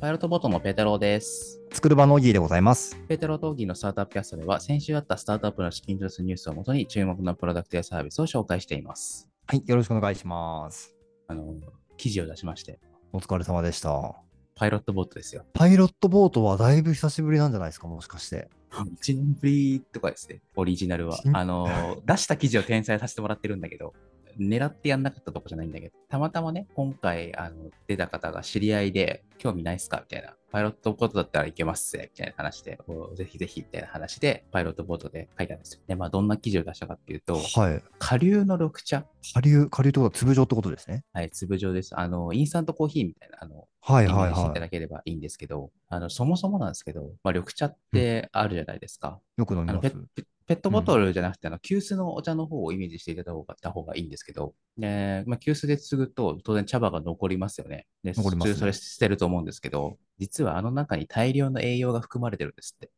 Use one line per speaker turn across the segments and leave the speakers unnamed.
パイロットボートのペータローです。
作る場のオギーでございます。
ペータローとオギーのスタートアップキャストでは、先週あったスタートアップの資金調達ニュースをもとに注目のプロダクトやサービスを紹介しています。
はい、よろしくお願いします。
あの、記事を出しまして、
お疲れ様でした。
パイロットボートですよ。
パイロットボートはだいぶ久しぶりなんじゃないですか、もしかして。
1年ぶりとかですね、オリジナルは
う。ん
あの、出した記事を転載させてもらってるんだけど、狙ってやんなかったとこじゃないんだけど、たまたまね、今回あの出た方が知り合いで、興味ないっすかみたいな、パイロットボートだったらいけますぜみたいな話で、こうぜひぜひみたいな話で、パイロットボートで書いたんですよ。で、まあ、どんな記事を出したかっていうと、
はい。
下流の緑茶、
下流、下流ってことは粒状ってことですね。
はい、粒状です。あの、インスタントコーヒーみたいな、あの、
はい
イメ
はい
ージしていた
は
だければいいんですけど、あの、そもそもなんですけど、まあ、緑茶ってあるじゃないですか。
い。よく飲み
あの
ま
ペ
す。
ッペペットボトルじゃなくて、あの急須のお茶の方をイメージしていただいた方がいいんですけど、でまあ、急須で継ぐと当然茶葉が残りますよね。で
残りますね
普通それ捨てると思うんですけど、実はあの中に大量の栄養が含まれてるんですって。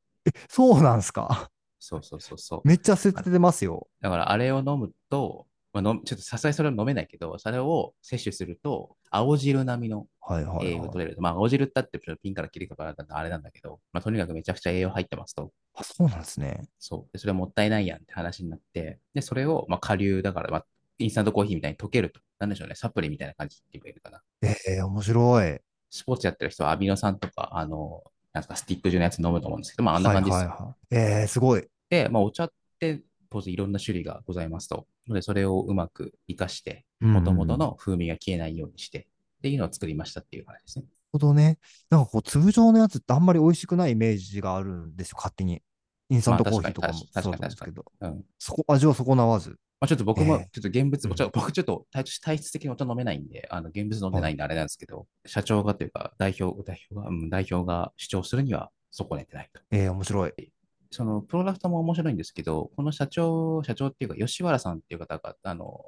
そうなんすか。
そうそうそうそう。
めっちゃ捨ててますよ。
だからあれを飲むと、まあ、飲むちょっとさすがにそれは飲めないけど、それを摂取すると、青汁並みの
はいはい
栄
は
養が取
い。
れる。まあ、青汁だってちょっとピンから切りかからたんであれなんだけど、まあ、とにかくめちゃくちゃ栄養入ってますと。
あ、そうなんですね。
そう。で、それはもったいないやんって話になって、で、それを、まあ、下流だから、まあ、インスタントコーヒーみたいに溶けると。なんでしょうね、サプリみたいな感じって言えばいるかな。
ええ面白い。
スポーツやってる人はアミノ酸とか、あの、なんすか、スティック状のやつ飲むと思うんですけど、まあ、あんな感じです。
はいはいはい。えー、すごい。
で、まあ、お茶って当然いろんな種類がございますと。ので、それをうまく活かして、
も
元々。の風味が消えないようにして、っていうのを作りましたっていう話ですね。
ほどね。なんかこう、粒状のやつってあんまり美味しくないイメージがあるんですよ、勝手に。インスタント
まあ
コーヒーとかも
確かに
そうだと思うんですけど。
うん。
そこ、味を損なわず。
まあ、ちょっと僕も、
ええ
ちょっと現物、お茶
うん
僕ちょっと体質体質的にお茶飲めないんで、あの現物飲んでないんであれなんですけど、社長がというか、代表、代表が、うん、代表が主張するには損ねてないと。
えー、面白い。
そのプロダクトも面白いんですけど、この社長、社長っていうか、吉原さんっていう方が、あの、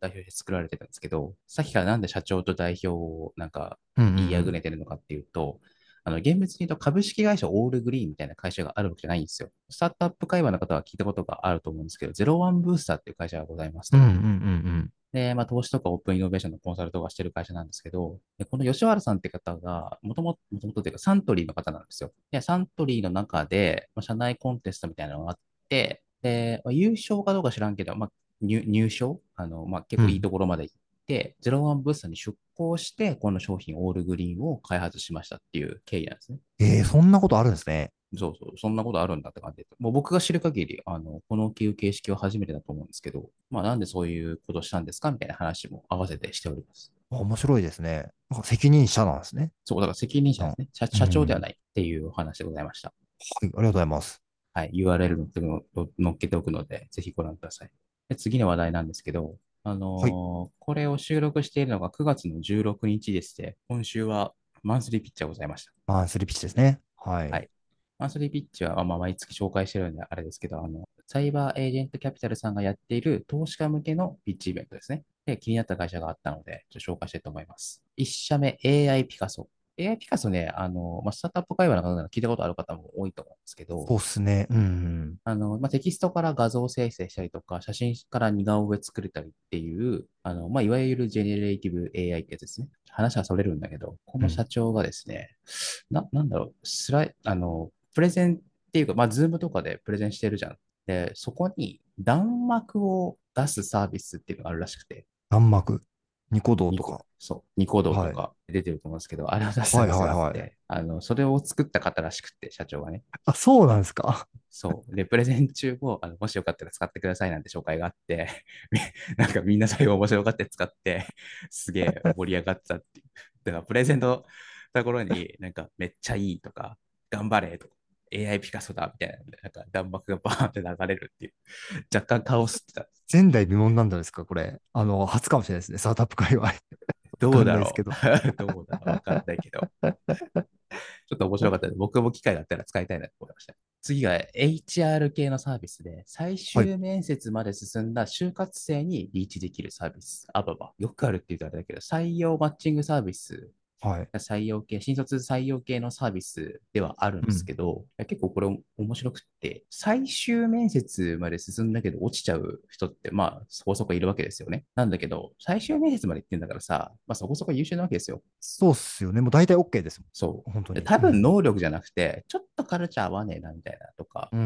代表で作られてたんですけど、さっきからなんで社長と代表をなんか言いあぐねてるのかっていうと、あの厳密に言うと株式会社オールグリーンみたいな会社があるわけじゃないんですよ。スタートアップ会話の方は聞いたことがあると思うんですけど、ゼロワンブースターっていう会社がございますと。
うんうんうんうん。
で、まあ、投資とかオープンイノベーションのコンサルとかしてる会社なんですけど、でこの吉原さんって方が、もともと、もともとというかサントリーの方なんですよ。で、サントリーの中で、まあ、社内コンテストみたいなのがあって、で、まあ、優勝かどうか知らんけど、まあ、入入賞あの、まあ、結構いいところまで行って、ゼロワンブースターに出向して、この商品オールグリーンを開発しましたっていう経緯なんですね。
えー、そんなことあるんですね。
そうそう、そんなことあるんだって感じで。もう僕が知る限り、あの、この給形式は初めてだと思うんですけど、まあなんでそういうことしたんですかみたいな話も合わせてしております。
あ面白いですね。なんか責任者なんですね。
そう、だから責任者ですね。社社長ではないっていうお話でございました。
はい、ありがとうございます。
はい、URL 載っておくの載っけておくので、ぜひご覧ください。で次の話題なんですけど、あのーこれを収録しているのが9月の16日でして、今週はマンスリーピッチャーございました。
マンスリーピッチですね。はい。
はいマンスリーピッチは、まあ、毎月紹介してるんであれですけど、あの、サイバーエージェントキャピタルさんがやっている投資家向けのピッチイベントですね。で、気になった会社があったので、ちょっと紹介したいと思います。1社目、AI ピカソ。AI ピカソね、あの、まあ、スタートアップ会話の方なら聞いたことある方も多いと思うんですけど
そう、っすね。うん
あの、まあ、テキストから画像生成したりとか、写真から似顔絵作れたりっていう、あの、まあ、いわゆるジェネレーティブ AI ってやつですね。話はそれるんだけど、この社長がですね、な、なんだろう、スライ、あの、プレゼンっていうか、まあ、ズームとかでプレゼンしてるじゃん。で、そこに弾幕を出すサービスっていうのがあるらしくて、
うん。弾幕。ニコ動
ニ
と
コ
か。
そう、ニコ動
は
と
い
か出てると思うんですけど、あれを出すサービスがあって、
はいはいは
あの、それを作った方らしくて、社長がね。
あ、そうなんですか。
そう。で、プレゼン中も、あの、もしよかったら使ってくださいなんて紹介があって、 みなんかみんなそれを面白がって使って、すげえ盛り上がってたっていう。だから、プレゼンのところに、なんか、めっちゃいいとか、頑張れとか、AI ピカソだみたいな、なんか弾幕がバーンって流れるっていう、若干カオスってた。
前代未聞なんじゃないですか、これ。あの、初かもしれないですね。スタートアップ界隈。
どうだろう
わかんな
どうだろうわかんないけど。ちょっと面白かったので、僕も機会があったら使いたいなと思いました。次が HR 系のサービスで、最終面接まで進んだ就活生にリーチできるサービス、アババ。よくあるって言うとあれだけど、採用マッチングサービス
はい。
採用系、新卒採用系のサービスではあるんですけど、いや結構これ面白くって、最終面接まで進んだけど落ちちゃう人って、まあそこそこいるわけですよね。なんだけど、最終面接まで行ってんだからさ、まあそこそこ優秀なわけですよ。
そうっすよね。もう大体 OK ですも
そ
ん。本当
う。で
に。
多分能力じゃなくて、ちょっとカルチャー合わねえなみたいなとか、
うん。う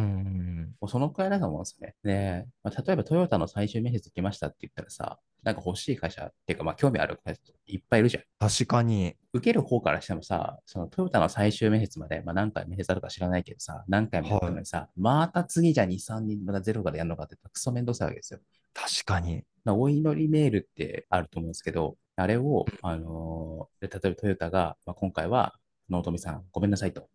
ん。
もうそのくらいだと思うんですよね。で、まあ、例えばトヨタの最終面接行きましたって言ったらさ、なんか欲しい会社っていうか、まあ興味ある会社いっぱいいるじゃん。
確かに。
受ける方からしてもさ、そのトヨタの最終面接まで、まあ、何回面接あるか知らないけどさ、何回もやったのにさ、また次じゃ2、3人またゼロからやるのかってクソ面倒くさいわけですよ。
確かに。
まあお祈りメールってあると思うんですけど、あれを、あのーで例えばトヨタが、まあ、今回は、納富さん、ごめんなさいと。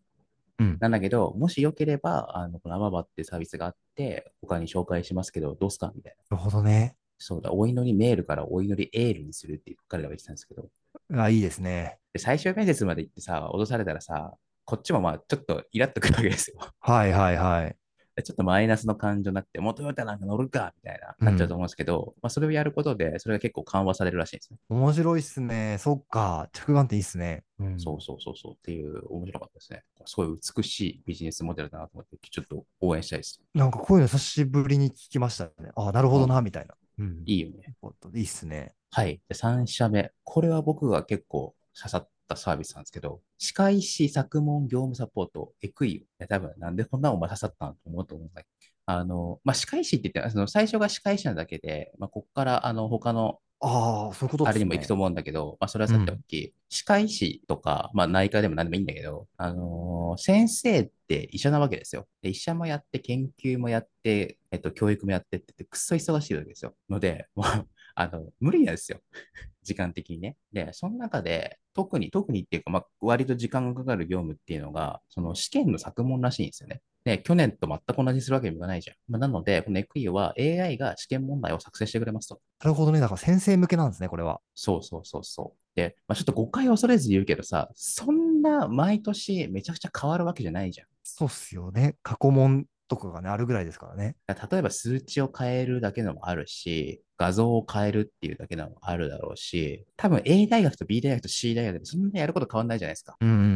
うん
なんだけど、もしよければ、あのこのアマバってサービスがあって、他に紹介しますけど、どうすかみたいな。
なるほどね。
そうだ、お祈りメールからお祈りエールにするって彼らは言ってたんですけど、
あ、いいですね。
で、最終面接まで行ってさ、脅されたらさ、こっちもまあ、ちょっとイラっとくるわけですよ。
はいはいはい。
でちょっとマイナスの感情になって、もうトヨタなんか乗るかみたいな、
うん
なっちゃうと思うんですけど、まあ、それをやることで、それが結構緩和されるらしいんですね。
面白いっすね。そっか。着眼点いいっすね。うん。
そうそうそうそうっていう、面白かったですね。すごい美しいビジネスモデルだなと思って、ちょっと応援したいです。
なんかこういうの久しぶりに聞きましたね。あ、なるほどな、みたいな。うん。
いいよね。
いいっすね。
はい。で、3社目。これは僕が結構刺さったサービスなんですけど、歯科医師作問業務サポート、エクイオ。いや、多分なんでこんなお前刺さったんと思うと思うんだけど、あの、まあ、歯科医師って言って、その最初が歯科医師なだけで、まあ、ここから、あの、他の
ああ、そういうことっすね。
あれにも行くと思うんだけど、まあ、それはさておき、歯科医師とか、まあ、内科でも何でもいいんだけど、あのー先生って医者なわけですよ。で医者もやって、研究もやって、えっと、教育もやってってって、くっそ忙しいわけですよ。ので、もう、 あの、無理なんですよ。 時間的にね。で、その中で、特に、特にっていうか、まあ、割と時間がかかる業務っていうのが、その試験の作文らしいんですよね。で、去年と全く同じにするわけにもいかないじゃん。まあ、なので、このエクイオは AI が試験問題を作成してくれますと。
なるほどね。だから先生向けなんですね、これは。
そうそうそうそう。で、まあ、ちょっと誤解を恐れず言うけどさ、そんな毎年めちゃくちゃ変わるわけじゃないじゃん。
そうっすよね。過去問とかがね、あるぐらいですからね。
だから例えば数値を変えるだけのもあるし、画像を変えるっていうだけのもあるだろうし、多分 A 大学と B 大学と C 大学でそんなやること変わんないじゃないですか。
うんうんうんう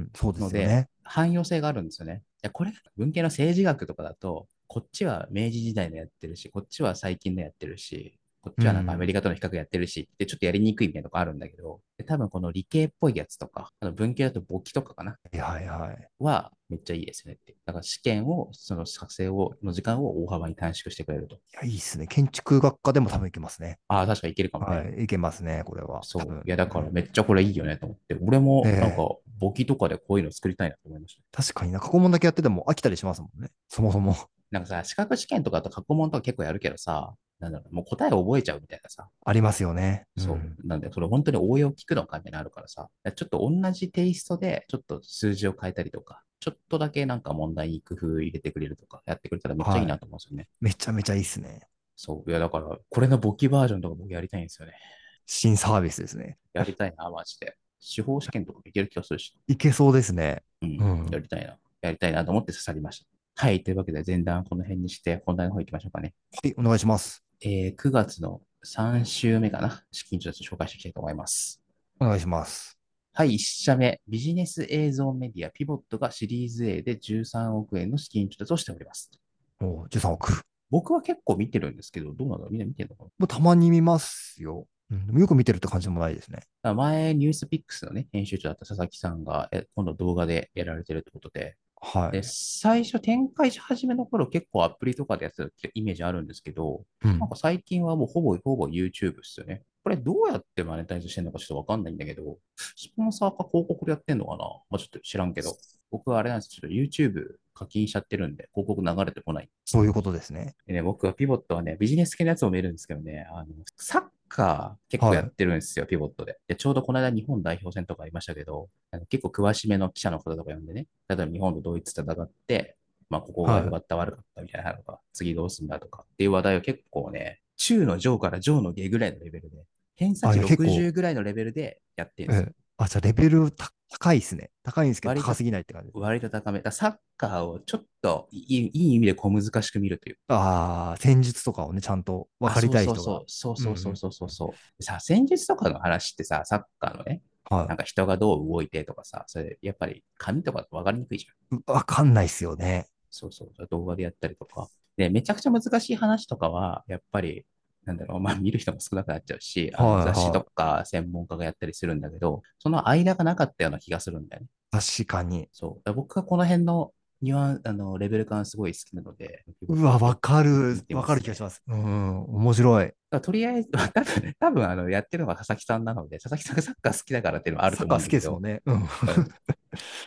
ん。そうですよ
の
ね。
汎用性があるんですよね。いやこれ、文系の政治学とかだと、こっちは明治時代のやってるし、こっちは最近のやってるし、こっちはなんか
う
ア
ん
メリカとの比較やってるし、で、ちょっとやりにくいみたいなとこあるんだけど、で多分この理系っぽいやつとか、あの文系だと簿記とかかな、
はいはいはい。
はめっちゃいいですねって。だから試験を、その作成を、の時間を大幅に短縮してくれると。
いや、いいっすね。建築学科でも多分いけますね。
ああ、確かにいけるかもね。
はい。いけますね、これは。
そ
多分
う。いや、だからめっちゃこれいいよねと思って、俺も
ええ
なんか簿記とかでこういうの作りたいなと思いました。
確かにな、過去問だけやってても飽きたりしますもんね。そもそも。
なんかさ、資格試験とかだと過去問とか結構やるけどさ、なんだろう、もう答え覚えちゃうみたいなさ。
ありますよね。
そう。
ん
なんで、それ本当に応用聞くのかみたいなのあるからさ、ちょっと同じテイストで、ちょっと数字を変えたりとか、ちょっとだけなんか問題に工夫入れてくれるとか、やってくれたらめっちゃいいなと思うんですよね。
めちゃめちゃいいっすね。
そう。いや、だから、これの簿記バージョンとか僕やりたいんですよね。
新サービスですね。
やりたいな、 マジで。司法試験とかもいける気がするし、
いけそうですね。
うん、
うん
やりたいな。やりたいなと思って刺さりました。はい。というわけで、前段はこの辺にして、本題の方行きましょうかね。
はい、お願いします。
えー、9月の3週目かな。資金調達紹介していきたいと思います。
お願いします。
はい、1社目。ビジネス映像メディアピボットがシリーズ A で13億円の資金調達をしております。
おう13億。
僕は結構見てるんですけど、どうなんだろうみんな見てるのかな
もうたまに見ますよ。うん、でもよく見てるって感じでもないですね。
あ前、ニュースピックスのね、編集長だった佐々木さんが、え今度動画でやられてるってことで、
は
で
い。
最初展開し始めの頃結構アプリとかでやってたってイメージあるんですけど、
うん
なんか最近はもうほぼほぼ YouTube ですよね。これどうやってマネタイズしてるのかちょっとわかんないんだけど、スポンサーか広告でやってんのかなまあちょっと知らんけど、僕はあれなんですちょっと YouTube 課金しちゃってるんで、広告流れてこない。
そういうことですね。
でね、僕はピボットはね、ビジネス系のやつも見るんですけどね、あのサッカー結構やってるんですよ、ピボットでで。ちょうどこの間日本代表戦とかありましたけど、あの結構詳しめの記者の方とか呼んでね、例えば日本とドイツ戦って、まあ、ここが良かった、悪かったみたいなのとか、次どうすんだとかっていう話題を結構ね、中の上から上の下ぐらいのレベルで、偏差値
あ結構
60ぐらいのレベルでやってるんですよ
ええあ、じゃあレベルた高いですね。高いんですけど、
割と
高すぎないって感じ。
割と高め。だからサッカーをちょっといいいい意味で小難しく見るという
ああ、戦術とかをね、ちゃんと分かりたい人が。
あそうそうそうそうそうそうそうそうそう、さ、戦術とかの話ってさ、サッカーのね、な
は
んか人がどう動いてとかさ、それやっぱり紙とか分かりにくいじゃん。
い。わかんないっすよね。
そうそうそう、動画でやったりとか。で、めちゃくちゃ難しい話とかは、やっぱり、なんだろう、まあ見る人も少なくなっちゃうし、あの
はいはい
雑誌とか専門家がやったりするんだけど、その間がなかったような気がするんだよね。
確かに。
そう。だから僕がこの辺のニュアンあの、レベル感すごい好きなので。
うわ、わか
見
る。
てま
わ
す
かる気がします。うん、面白い。
だからとりあえず、 多分、多分あのやってるのが佐々木さんなので、佐々木さんがサッカー好きだからっていうのはあると
サッ
思う
カ
んだ
ー好き
け
です
ど
もん、ね。うん。
うん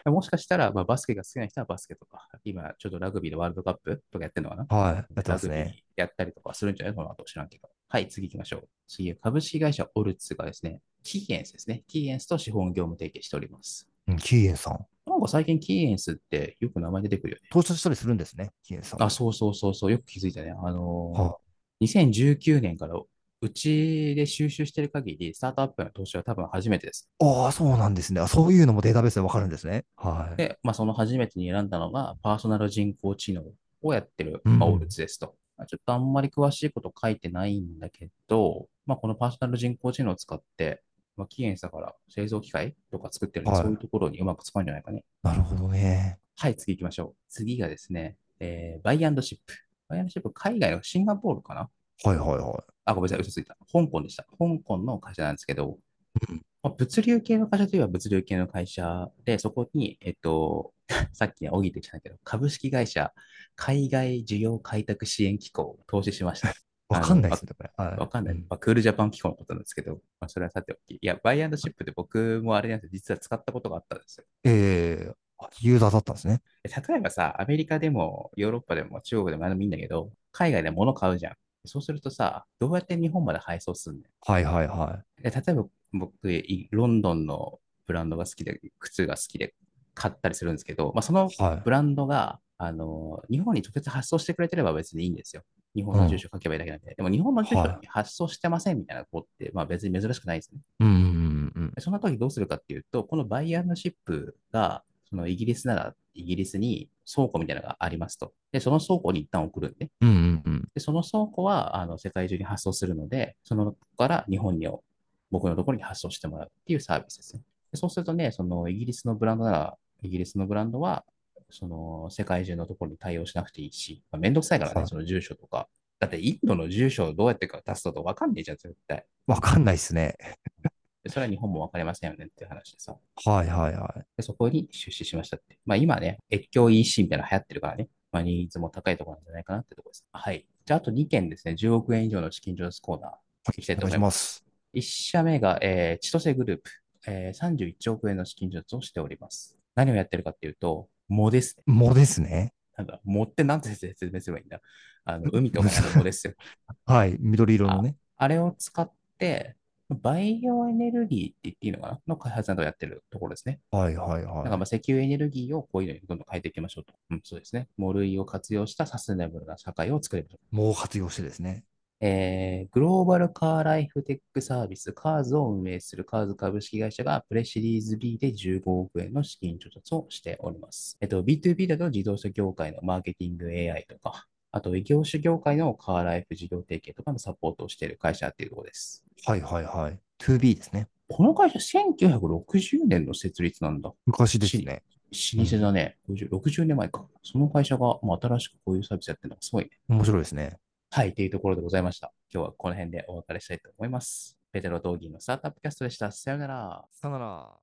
もしかしたら、まあ、バスケが好きな人はバスケとか、今ちょっとラグビーのワールドカップとかやってるのかな
はい。やってます
ラグビ
ね。
ーやったりとかするんじゃないこの後知らんけど。はい、次行きましょう。次は株式会社オルツがですね、キーエンスですね。キーエンスと資本業務提携しております。
うん、キーエンさん。
なんか最近キーエンスってよく名前出てくるよね。
投資したりするんですね、キーエンさん。
あ、そうそうそうそう、よく気づいたね。あのー
は
2019年からうちで収集してる限り、スタートアップの投資は多分初めてです。
ああ、そうなんですね。あそういうのもデータベースでわかるんですね。はい。
で、まあ、その初めてに選んだのが、パーソナル人工知能をやってる、
うん
まあ、オルツですと。まあちょっとあんまり詳しいこと書いてないんだけど、まあ、このパーソナル人工知能を使って、まあ、キーエンスだから製造機械とか作ってるんで、
はい
そういうところにうまく使うんじゃないかね。
なるほどね。
はい、次行きましょう。次がですね、えーバイアンドシップ。バイアンドシップ、海外のシンガポールかな
はいはいは
あ、ごめんなさい、嘘ついた。香港でした。香港の会社なんですけど
うん、
まあ、物流系の会社といえば物流系の会社で、そこに、えっと、 さっきおぎてきたんだけど、株式会社海外需要開拓支援機構を投資しました。
い。わかんないですね、これ。
わかんない。
うん
まあ、クールジャパン機構のことなんですけど、まあ、それはさておき。いや、バイアンドシップで僕もあれなんですよ実は使ったことがあったんですよ。
ええあユーザーだったんですね。
例えばさ、アメリカでもヨーロッパでも中国でも何でもいいんだけど、海外で物買うじゃん。そうするとさ、どうやって日本まで配送すんの
はいはいは
で例えば僕、いロンドンのブランドが好きで、靴が好きで買ったりするんですけど、まあ、その
い。はい。
ブランドが、あの日本に直接発送してくれてれば別にいいんですよ。日本
う
の
ん
住所書けばいいだけなんで。でも日本の住所
はい
に発送してませんみたいな子って、まあ、別に珍しくないですね。
うんうんうんうん。
でそんな時どうするかっていうと、このバイアンドシップが、そのイギリスならイギリスに倉庫みたいなのがありますと。で、その倉庫に一旦送るんで、
うんうんうん。
で、その倉庫はあの世界中に発送するので、そのから日本にを僕のところに発送してもらうっていうサービスですね。でそうするとね、そのイギリスのブランドなら、イギリスのブランドは、その世界中のところに対応しなくていいし、まあ、めんどくさいから
は
ね、
い
その住所とか。だって、インドの住所をどうやってか出すのと分かんねえじゃん、絶対。
わかんないですね。
でそれは日本も分かりませんよねっていう話でさ。
はいはいは
で、そこに出資しましたって。まあ今ね、越境 EC みたいなの流行ってるからね、まあニーズも高いところなんじゃないかなってところです。はい。じゃああと2件ですね、10億円以上の資金調達コーナー、いきた
い。
い
お
と
願
思
いし
いま。
ますす。
1社目が、えー、千歳グループ、えー、31億円の資金調達をしております。何をやってるかっていうと、藻ですね。
もですね。
なんか、藻ってなんて説明すればいいんだあの、海とかの藻 ですよ。
はい。緑色のね。
あれを使って、バイオエネルギーって言っていいのかなの開発などをやってるところですね。
はいはい
なんか
は
まあ石油エネルギーをこういうのにどんどん変えていきましょうと。うん、そうですね。藻類を活用したサステナブルな社会を作れると。
い。もう活用してですね。
えーグローバルカーライフテックサービス、カーズを運営するカーズ株式会社がプレシリーズ B で15億円の資金調達をしております。えっと、B2B だと自動車業界のマーケティング AI とか、あと異業種業界のカーライフ事業提携とかのサポートをしている会社っていうところです。
はいはいはい。2B ですね。
この会社1960年の設立なんだ。
昔ですね。
老舗だね。50 60年前か。その会社が、まあ、新しくこういうサービスやってるのがすごいね。
面白いですね。
はい、っていうところでございました。今日はこの辺でお別れしたいと思います。ペテロ・ドーギーのスタートアップキャストでした。さようなら。
さよなら。